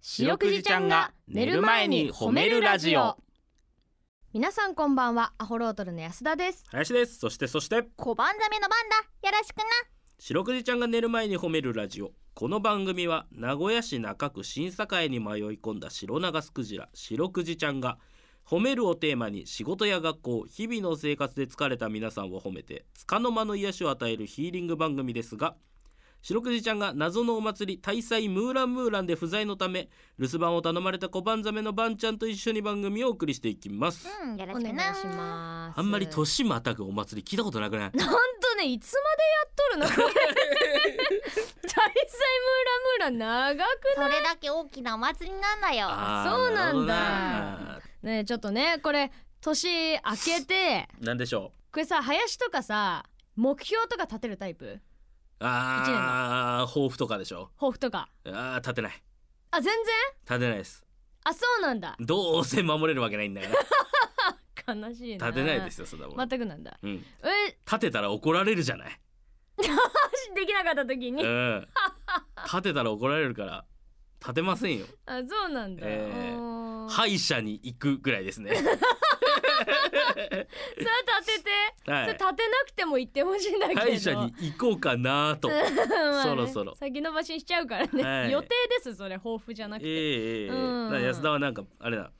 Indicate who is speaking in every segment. Speaker 1: 白くじちゃんが寝る前に褒めるラジオ
Speaker 2: 皆さんこんばんはアホロートルの安田です
Speaker 1: 林ですそしてそして
Speaker 3: 小判ザメの番だよろしくな
Speaker 1: 白くじちゃんが寝る前に褒めるラジオこの番組は名古屋市中区新栄に迷い込んだ白長スクジラ白くじちゃんが褒めるをテーマに仕事や学校日々の生活で疲れた皆さんを褒めて束の間の癒しを与えるヒーリング番組ですが白くじちゃんが謎のお祭り大祭ムーランムーランで不在のため留守番を頼まれた小判ザメの番ちゃんと一緒に番組をお送りしていきます、
Speaker 3: うんよ
Speaker 2: お
Speaker 3: ろし
Speaker 2: 願い
Speaker 3: くな
Speaker 2: します
Speaker 1: あんまり年またぐお祭り聞いたことなくない
Speaker 2: なんとねいつまでやっとる のこれ大祭ムーラムーラ長く
Speaker 3: それだけ大きなお祭りなんだよ
Speaker 1: あー
Speaker 2: そうなんだ
Speaker 1: なるほどなあ
Speaker 2: ねえちょっとねこれ年明けて
Speaker 1: ーなんでしょ
Speaker 2: これさ林とかさ目標とか立てるタイプ
Speaker 1: うああ抱負とかでしょ
Speaker 2: 抱負とか
Speaker 1: ああ立てない
Speaker 2: あ全然
Speaker 1: 立てないです
Speaker 2: あそうなんだ
Speaker 1: どうせ守れるわけないんだよな
Speaker 2: 悲しいな
Speaker 1: 立てないですよそんなもん、
Speaker 2: 全くなんだ
Speaker 1: うん、
Speaker 2: え
Speaker 1: 立てたら怒られるじゃない
Speaker 2: 私できなかった時
Speaker 1: う
Speaker 2: に
Speaker 1: ん立てたら怒られるから立てませんよ
Speaker 2: あそうなんだ、
Speaker 1: ええ
Speaker 2: おー
Speaker 1: 歯医者に行くぐらいです ね
Speaker 2: それ立てて、
Speaker 1: はい
Speaker 2: それ立てなくても言ってほしいんだけど
Speaker 1: 歯医者 に行こうかなとえ
Speaker 2: まあね
Speaker 1: そろそろ
Speaker 2: 先延ばしにしちゃうからね、
Speaker 1: はい
Speaker 2: 予定ですそれ抱負じゃなく
Speaker 1: え
Speaker 2: て、
Speaker 1: えええ
Speaker 2: うん
Speaker 1: だから安田はなんかあれだ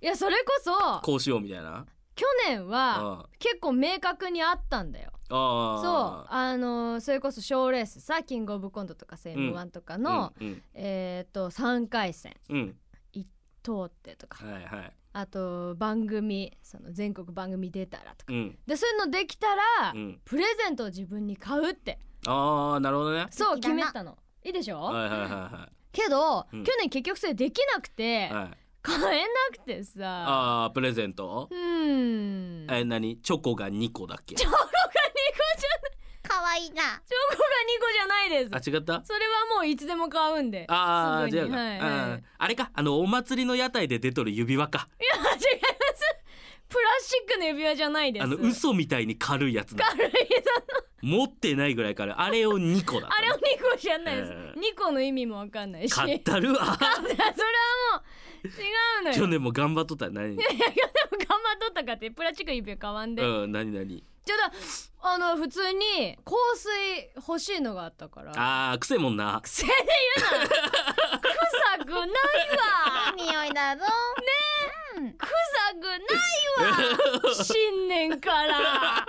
Speaker 2: いやそれこそ
Speaker 1: こうしようみたいな
Speaker 2: 去年は
Speaker 1: あ
Speaker 2: 結構明確にあったんだよ
Speaker 1: ああ
Speaker 2: そうあのーそれこそ賞ーレースさキングオブコントとかセ
Speaker 1: うん
Speaker 2: ムワンとかの、
Speaker 1: うん
Speaker 2: えっ、と3回戦
Speaker 1: うん、うん
Speaker 2: 通ってとか
Speaker 1: はいはい
Speaker 2: あと番組その全国番組出たらと
Speaker 1: う
Speaker 2: か
Speaker 1: ん
Speaker 2: でそういうのできたら、
Speaker 1: うん
Speaker 2: プレゼントを自分に買うって
Speaker 1: ああなるほどね
Speaker 2: そう
Speaker 3: 素敵
Speaker 2: 決め
Speaker 3: だな
Speaker 2: たのいいでしょ、
Speaker 1: はいはいはいは
Speaker 2: けど、
Speaker 1: うん
Speaker 2: 去年結局それできなくて、
Speaker 1: いはい
Speaker 2: 買えなくてさ
Speaker 1: ああプレゼント
Speaker 2: うーん
Speaker 1: え何チョコが2個だっけ
Speaker 2: チョコが2個じゃ
Speaker 3: かわいいな
Speaker 2: チョコが2個じゃないです
Speaker 1: あ違った
Speaker 2: それはもういつでも買うんで
Speaker 1: ああ
Speaker 2: すぐ
Speaker 1: じゃあ、
Speaker 2: にはい
Speaker 1: うん
Speaker 2: はい
Speaker 1: あれかあのお祭りの屋台で出とる指輪か
Speaker 2: いや 違いますプラスチックの指輪じゃないです
Speaker 1: あの嘘みたいに軽いやつだ
Speaker 2: 軽い
Speaker 1: 持ってないぐらい軽いあれを2個だ
Speaker 2: あれは2個じゃないです、
Speaker 1: えー
Speaker 2: 2個の意味もわかんないし それ
Speaker 1: 買った
Speaker 2: は
Speaker 1: るわ
Speaker 2: もう違うのよ
Speaker 1: 去年も頑張っとった何
Speaker 2: いやいやでも頑張っとったかってプラスチック指輪買わんで、
Speaker 1: うん何何
Speaker 2: ちょっとあの普通に香水欲しいのがあったから
Speaker 1: あーくせえもんな
Speaker 2: 癖で言うな臭くないわ
Speaker 3: 匂いだぞ
Speaker 2: 臭くないわ新年から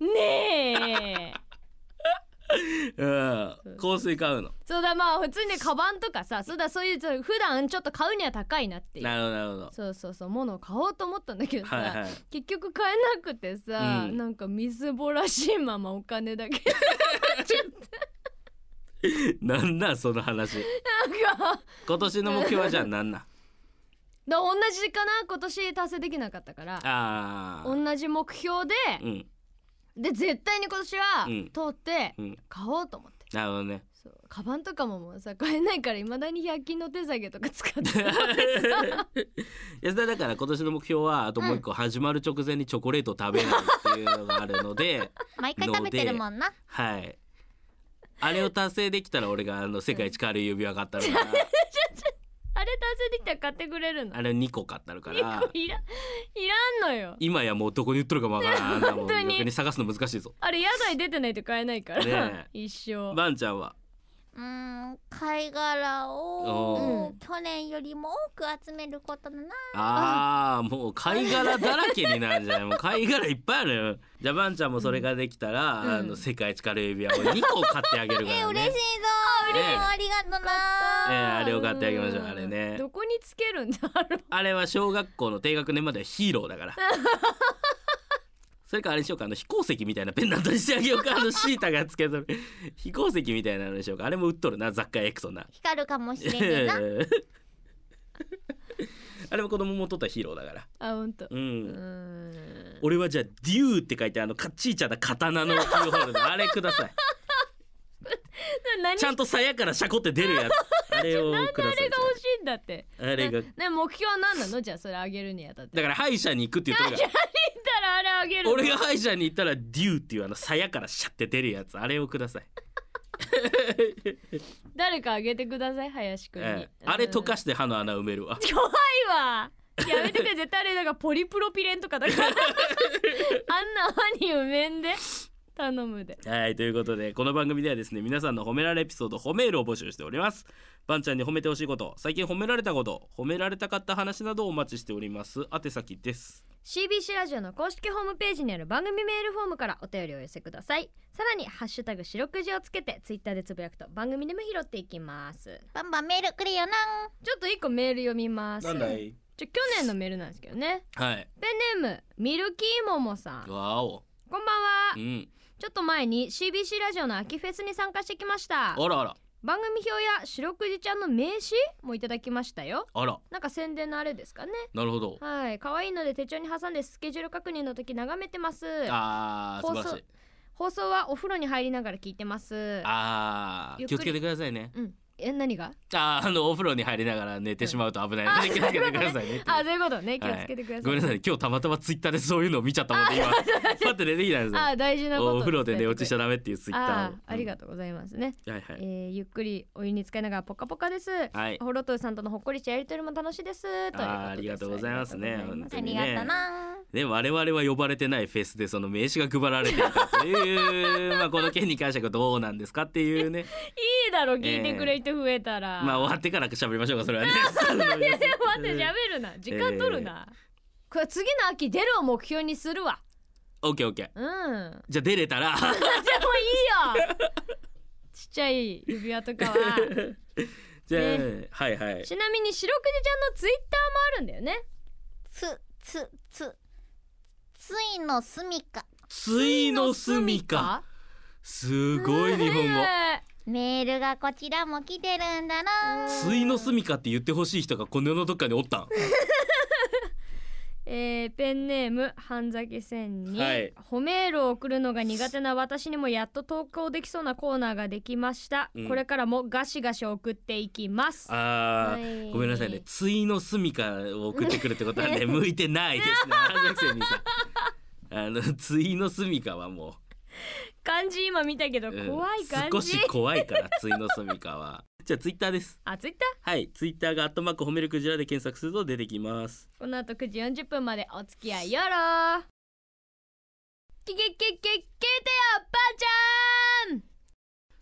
Speaker 2: ねえ
Speaker 1: うん香水買うの
Speaker 2: そうだまあ普通にねカバンとかさそうだそういうそう普段ちょっと買うには高いなっていう
Speaker 1: なるほどなるほど
Speaker 2: そうそうそうものを買おうと思ったんだけどさ、
Speaker 1: はいはい
Speaker 2: 結局買えなくてさ、
Speaker 1: うん
Speaker 2: なんかみすぼらしいままお金だけちょ っ
Speaker 1: なんなんその話
Speaker 2: となんか
Speaker 1: 今年の目標はじゃあなんなん
Speaker 2: だ同じかな今年達成できなかったから
Speaker 1: あー
Speaker 2: 同じ目標で、
Speaker 1: うん
Speaker 2: で絶対に今年
Speaker 1: うん
Speaker 2: は通って
Speaker 1: うん
Speaker 2: 買おうと思って、
Speaker 1: なるほどね
Speaker 2: そうカバンとかももうさ買えないからいまだに100均の手提げと か使って
Speaker 1: 安田だから今年の目標はあともう一個始まる直前にチョコレートを食べないっていうのがあるので
Speaker 3: 毎回食べてるもんな
Speaker 1: はいあれを達成できたら俺があの世界一軽い指輪買ったのから
Speaker 2: あれ達成できたら買ってくれるの
Speaker 1: あれ2個買ったのか
Speaker 2: いや
Speaker 1: ら
Speaker 2: いらいらんのよ
Speaker 1: 今やもうどこに売っとるかもわからんあんなもん
Speaker 2: 本当に
Speaker 1: 逆に探すの難しいぞ
Speaker 2: あれ野外出てないと買えないから、
Speaker 1: ね
Speaker 2: 一生
Speaker 1: バンちゃんは
Speaker 3: うーん貝殻
Speaker 1: お
Speaker 3: を去年よりも多く集めることだな
Speaker 1: あーもう貝殻だらけになるんじゃないもう貝殻いっぱいある よじゃあバンちゃんもそれができたら、
Speaker 2: うん
Speaker 1: あの世界一軽い指輪を2個買ってあげるからね
Speaker 3: え嬉 しいぞ
Speaker 1: 嬉しい
Speaker 3: うんありがとう
Speaker 1: ええ
Speaker 3: な
Speaker 1: あれを買ってあげましょうあれ
Speaker 2: うん
Speaker 1: ね
Speaker 2: どこにつけるんだろう
Speaker 1: あれは小学校の低学年まではヒーローだからそれかあれにしようかあの飛行石みたいなペンダントにしてあげようかあのシータがつけとる飛行石みたいなのにしようかあれも売っとるな雑貨屋エクソン な
Speaker 3: 光るかもしれねえな
Speaker 1: あれも子供も取ったヒーローだから
Speaker 2: あ本当
Speaker 1: うん、
Speaker 2: うーん
Speaker 1: 俺はじゃあ「デュー」って書いてあのカッチーチャな刀のキーホルダーあれくださ い
Speaker 2: 何
Speaker 1: ちゃんと鞘からシャコって出るやつあれをください
Speaker 2: が欲しいんだって
Speaker 1: あれが
Speaker 2: ね目標は何なのじゃあそれあげるにあたって
Speaker 1: だから歯医者に行くって言ってるから
Speaker 2: 言ったらあれあげるの
Speaker 1: 俺が歯医者に行ったら「デュー」っていうあの鞘からシャって出るやつあれをください
Speaker 2: 誰かあげてください林くんに、
Speaker 1: ええあれ溶か
Speaker 2: し
Speaker 1: して歯の穴埋めるわ
Speaker 2: 怖いわやめてくれ絶対あれなんかポリプロピレンとかだから あんな歯に埋めんで頼むで
Speaker 1: はいということでこの番組ではですね皆さんの褒められエピソード褒めールを募集しておりますバンちゃんに褒めてほしいこと最近褒められたこと褒められたかった話などをお待ちしております宛先です
Speaker 2: CBC ラジオの公式ホームページにある番組メールフォームからお便りを寄せくださいさらにハッシュタグ四六時をつけてツイッターでつぶやくと番組でも拾っていきます
Speaker 3: バンバンメールくれよな
Speaker 2: ちょっと一個メール読みます
Speaker 1: い
Speaker 2: ちょ去年のメールなんですけどね
Speaker 1: はい
Speaker 2: ペンネームミルキーモモさんこん
Speaker 1: わお
Speaker 2: ばんは
Speaker 1: うん
Speaker 2: ちょっと前に CBC ラジオの秋フェスに参加してきました
Speaker 1: あらあら
Speaker 2: 番組表や四六時ちゃんの名刺もいただきましたよ
Speaker 1: あら
Speaker 2: なんか宣伝のあれですかね
Speaker 1: なるほど
Speaker 2: はい可愛いので手帳に挟んでスケジュール確認の時眺めてます
Speaker 1: あー素晴ら
Speaker 2: 放
Speaker 1: し
Speaker 2: 送
Speaker 1: い
Speaker 2: 放送はお風呂に入りながら聞いてます
Speaker 1: あ
Speaker 2: ゆ
Speaker 1: ー
Speaker 2: っ
Speaker 1: 気
Speaker 2: く
Speaker 1: をつけ
Speaker 2: り
Speaker 1: てくださいね
Speaker 2: うんえ何が
Speaker 1: あーあのお風呂に入りながら寝てしまうと危ないので、
Speaker 2: うん
Speaker 1: 気をつけてくださいね
Speaker 2: あそういうことね気
Speaker 1: は
Speaker 2: を
Speaker 1: い
Speaker 2: つけてください、
Speaker 1: ごめんなさい今日たまたまツイッターでそういうのを見ちゃったもんで今 パッて出てきたんです
Speaker 2: あ大事なこ
Speaker 1: よ
Speaker 2: と
Speaker 1: お風呂で寝落ちしちゃ
Speaker 2: ら
Speaker 1: ダメっていうツイッターを
Speaker 2: あありがとうございますね、
Speaker 1: うんはいは
Speaker 2: え
Speaker 1: い
Speaker 2: ーゆっくりお湯に浸かりながらポカポカです、
Speaker 1: はい
Speaker 2: ホロトゥさんとのほっこりしたやりとりも楽しいですということです
Speaker 1: ありがとうございますね
Speaker 2: ありがとうございます
Speaker 3: あ
Speaker 1: 本当に
Speaker 3: り
Speaker 1: ね
Speaker 3: がとな
Speaker 1: ね我々は呼ばれてないフェスでその名刺が配られていたというまあこの件に関してはどうなんですかっていう ね
Speaker 2: いいだろ聞いてくれる人増えたら、
Speaker 1: まあ終わってから喋りましょうかそれはね
Speaker 2: いやいや 待って喋るな時間取るな、これ次の秋出るを目標にするわ
Speaker 1: オッケーオッケー
Speaker 2: うん
Speaker 1: じ
Speaker 2: じゃ
Speaker 1: ゃあ出れたら
Speaker 2: あもういいよ ちっちゃい指輪とかは
Speaker 1: じゃあ、
Speaker 2: ね
Speaker 1: はいはい
Speaker 2: ちなみに白くじちゃんのツイッターもあるんだよね
Speaker 3: つつつついのすみか
Speaker 1: ついのすみかすごい日本語
Speaker 2: ね
Speaker 3: メールがこちらも来てるんだな
Speaker 1: ついのすみかって言ってほしい人がこの世のどっかにおったん
Speaker 2: え えーペンネーム半崎千に、
Speaker 1: はい
Speaker 2: 褒めールを送るのが苦手な私にもやっと投稿できそうなコーナーができました、
Speaker 1: うん
Speaker 2: これからもガシガシ送っていきます
Speaker 1: あー
Speaker 3: はい
Speaker 1: ごめんなさいねついのすみかを送ってくるってことはね向いてないですね半熟生にさあのついのすみかはも
Speaker 2: 漢字今見たけ
Speaker 1: う、
Speaker 2: ど
Speaker 1: うん
Speaker 2: 怖い漢字、
Speaker 1: 少し怖いからついのすみかはじゃあツイッターです
Speaker 2: あツイッター
Speaker 1: はいツイッターがアットマーク褒めるクジラで検索すると出てきます
Speaker 2: この後9時40分までお付き合いよろきけけけけてよばあちゃん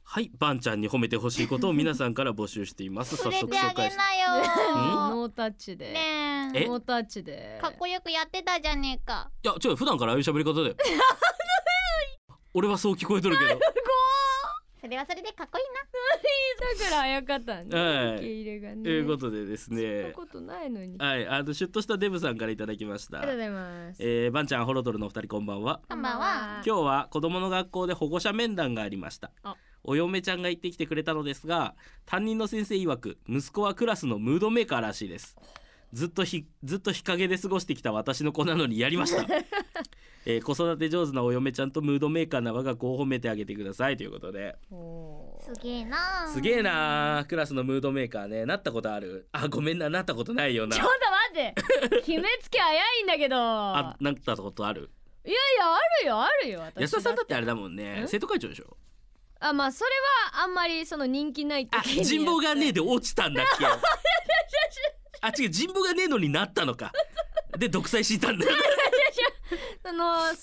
Speaker 1: はいバンちゃんに褒めてほしいことを皆さんから募集しています
Speaker 3: く
Speaker 1: 早
Speaker 3: れ
Speaker 1: 速
Speaker 3: てあ
Speaker 1: 紹
Speaker 3: げ
Speaker 1: 介して
Speaker 3: なよ
Speaker 2: ノータッチで、
Speaker 3: ね
Speaker 1: え
Speaker 2: ノータッチで
Speaker 3: えかっこよくやってたじゃねえか
Speaker 1: いやちょ普段からああいう喋り方だ よ俺はそう聞こえとるけど
Speaker 3: それはそれでかっこいいな
Speaker 2: だから早かったんで、
Speaker 1: はい
Speaker 2: 受け入れがね
Speaker 1: ということでですね
Speaker 2: そんなことないのに、あ
Speaker 1: はいあのシュッとしたデブさんからいただきました
Speaker 2: りがとうございます
Speaker 1: えー、バンちゃんホロドルのお二人こんばんは
Speaker 3: こんばんは
Speaker 1: 今日は子供の学校で保護者面談がありました
Speaker 2: あ
Speaker 1: お嫁ちゃんが行ってきてくれたのですが担任の先生曰く息子はクラスのムードメーカーらしいですずっとひずっと日陰で過ごしてきた私の子なのにやりました、 えー子育て上手なお嫁ちゃんとムードメーカーな我が子を褒めてあげてくださいということで
Speaker 2: おー
Speaker 3: すげえな
Speaker 1: すげえなークラスのムードメーカーねなったことあるあごめんななったことないよな
Speaker 2: ちょっと 待って決めつけ早いんだけど
Speaker 1: あなったことある
Speaker 2: いやいやあるよあるよ私
Speaker 1: 安田さんだ
Speaker 2: だ
Speaker 1: ってあれだもんね
Speaker 2: ん
Speaker 1: 生徒会長でしょ
Speaker 2: あまあそれはあんまりその人気ないって
Speaker 1: あ人望がねえで落ちたんだっ けあ違う人望がねえのになったの かで独裁した んだ
Speaker 2: あの3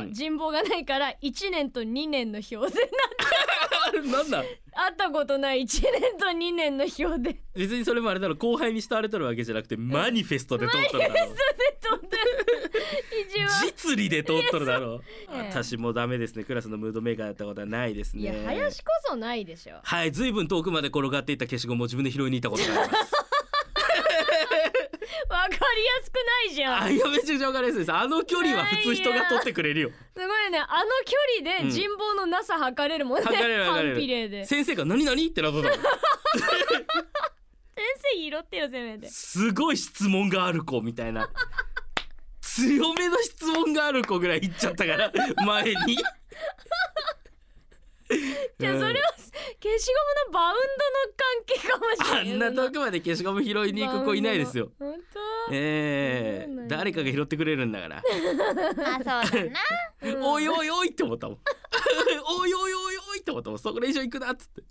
Speaker 2: 年の人望がないから1年と2年の表で
Speaker 1: なんだ
Speaker 2: 会ったことない1年と2年の表で
Speaker 1: 別にそれもあれだろ後輩に慕われてるわけじゃなくてマニフェストで通ったんだろ
Speaker 2: それとで一番
Speaker 1: 実利で通っとるだろう
Speaker 2: ええ
Speaker 1: 私もダメですねクラスのムードメーカーだったことはないです
Speaker 2: いや
Speaker 1: ね
Speaker 2: 林こそないでしょ
Speaker 1: はいずいぶん遠くまで転がっていった消しゴムを自分で拾いに行ったことがあります
Speaker 2: わかりやすくないじゃん
Speaker 1: あいやめちゃくちゃわかりやすいですあの距離は普通人が取ってくれるよ
Speaker 2: すごいねあの距離で人望のなさ測れるもんね、
Speaker 1: 測れる測れる
Speaker 2: 反比例で先
Speaker 1: 先生が何何ってなっただろう
Speaker 2: 生拾ってよせめて
Speaker 1: すごい質問がある子みたいな強めの質問がある子ぐらい行っちゃったから前に
Speaker 2: じゃあそれは消しゴムのバウンドの関係かも
Speaker 1: あ
Speaker 2: しれ
Speaker 1: ん
Speaker 2: ない
Speaker 1: な遠くまで消しゴム拾いに行く子いないですよ
Speaker 2: バウンドの本
Speaker 1: ええ
Speaker 2: そうなんや
Speaker 1: 誰かが拾ってくれるんだから、
Speaker 3: あそうだな
Speaker 2: 当、うん
Speaker 1: おいおいおいって思ったもんおいおいおいおいっ一言そこで以上行くなっつって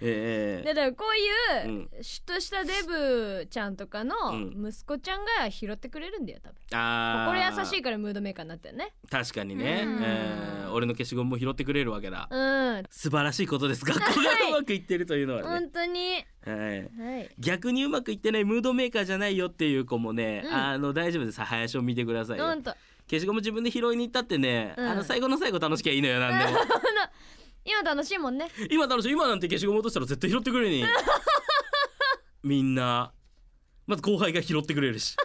Speaker 1: え
Speaker 2: だからこう
Speaker 1: う
Speaker 2: い
Speaker 1: ん
Speaker 2: うシュッとしたデブちゃんとかの
Speaker 1: うん
Speaker 2: 息子ちゃんが拾ってくれるんだよ多分
Speaker 1: えああ
Speaker 2: これ優しいからムードメーカーになったよね
Speaker 1: 確かにね、
Speaker 2: うん
Speaker 1: えー俺の消しゴムも拾ってくれるわけだ、
Speaker 2: うん
Speaker 1: 素晴らしいことです学校がうまくいってるというのはね、
Speaker 2: 本当に
Speaker 1: はい、
Speaker 2: はい
Speaker 1: 逆にうまくいってないムードメーカーじゃないよっていう子もね、
Speaker 2: うん
Speaker 1: あの大丈夫です林を見てくださいよ、
Speaker 2: うんと
Speaker 1: 消しゴム自分で拾いに行ったってね、
Speaker 2: うん
Speaker 1: あの最後の最後楽しきゃいいのよなんで も
Speaker 2: 今楽しいも んね
Speaker 1: 今楽しい今なんて消しゴム落としたら絶対拾ってくれるにみんなまず後輩が拾ってくれるし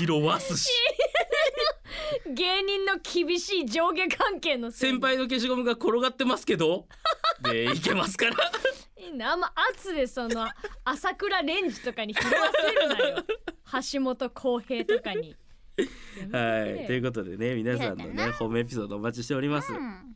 Speaker 1: 拾わす し
Speaker 2: 芸人の厳しい上下関係のせい
Speaker 1: 先
Speaker 2: で
Speaker 1: 輩の消しゴムが転がってますけどでいけますから
Speaker 2: いいなあんま圧でその 朝倉レンジとかに拾わせるな よ橋本浩平とかに
Speaker 1: はい、ということでね皆さんの
Speaker 3: 嫌
Speaker 1: ね
Speaker 3: だな
Speaker 1: ホームエピソードお待ちしております、
Speaker 3: うん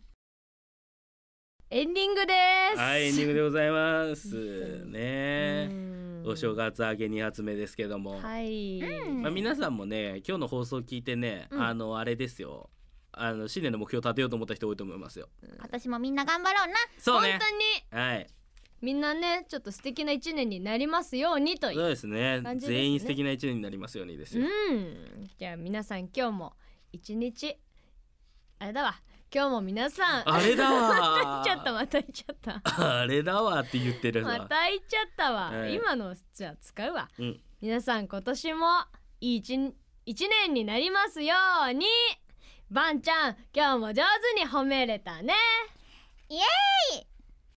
Speaker 2: エンディングでーす
Speaker 1: はいエンディングでございます
Speaker 2: う
Speaker 1: ね
Speaker 2: ん
Speaker 1: お正月明け2発目ですけども、
Speaker 2: はい、
Speaker 3: うん
Speaker 1: まあ、皆さんもね今日の放送聞いてね、
Speaker 2: うん
Speaker 1: あのあれですよあの新年の目標立てようと思った人多いと思いますよ
Speaker 3: 今年もみんな頑張ろうな
Speaker 1: そうね
Speaker 2: 本当に
Speaker 1: はい
Speaker 2: みんなねちょっと素敵な一年になりますようにとい
Speaker 1: そう
Speaker 2: う、
Speaker 1: ですね
Speaker 2: 感じですね
Speaker 1: 全員素敵な一年になりますようにです
Speaker 2: う
Speaker 1: よ、
Speaker 2: ん、じゃあ皆さん今日も一日あれだわ今日も皆さん
Speaker 1: あれだ
Speaker 2: ま
Speaker 1: わ
Speaker 2: た 行っちゃったまた行っちゃっ た
Speaker 1: あれだわって言ってる
Speaker 2: ま
Speaker 1: わ、
Speaker 2: た行っちゃったわ、
Speaker 1: ええ
Speaker 2: 今のじゃあ使うわ
Speaker 1: うん、
Speaker 2: 皆さん今年もいい一一年になりますようにバンちゃん今日も上手に褒めれたね
Speaker 3: イエーイ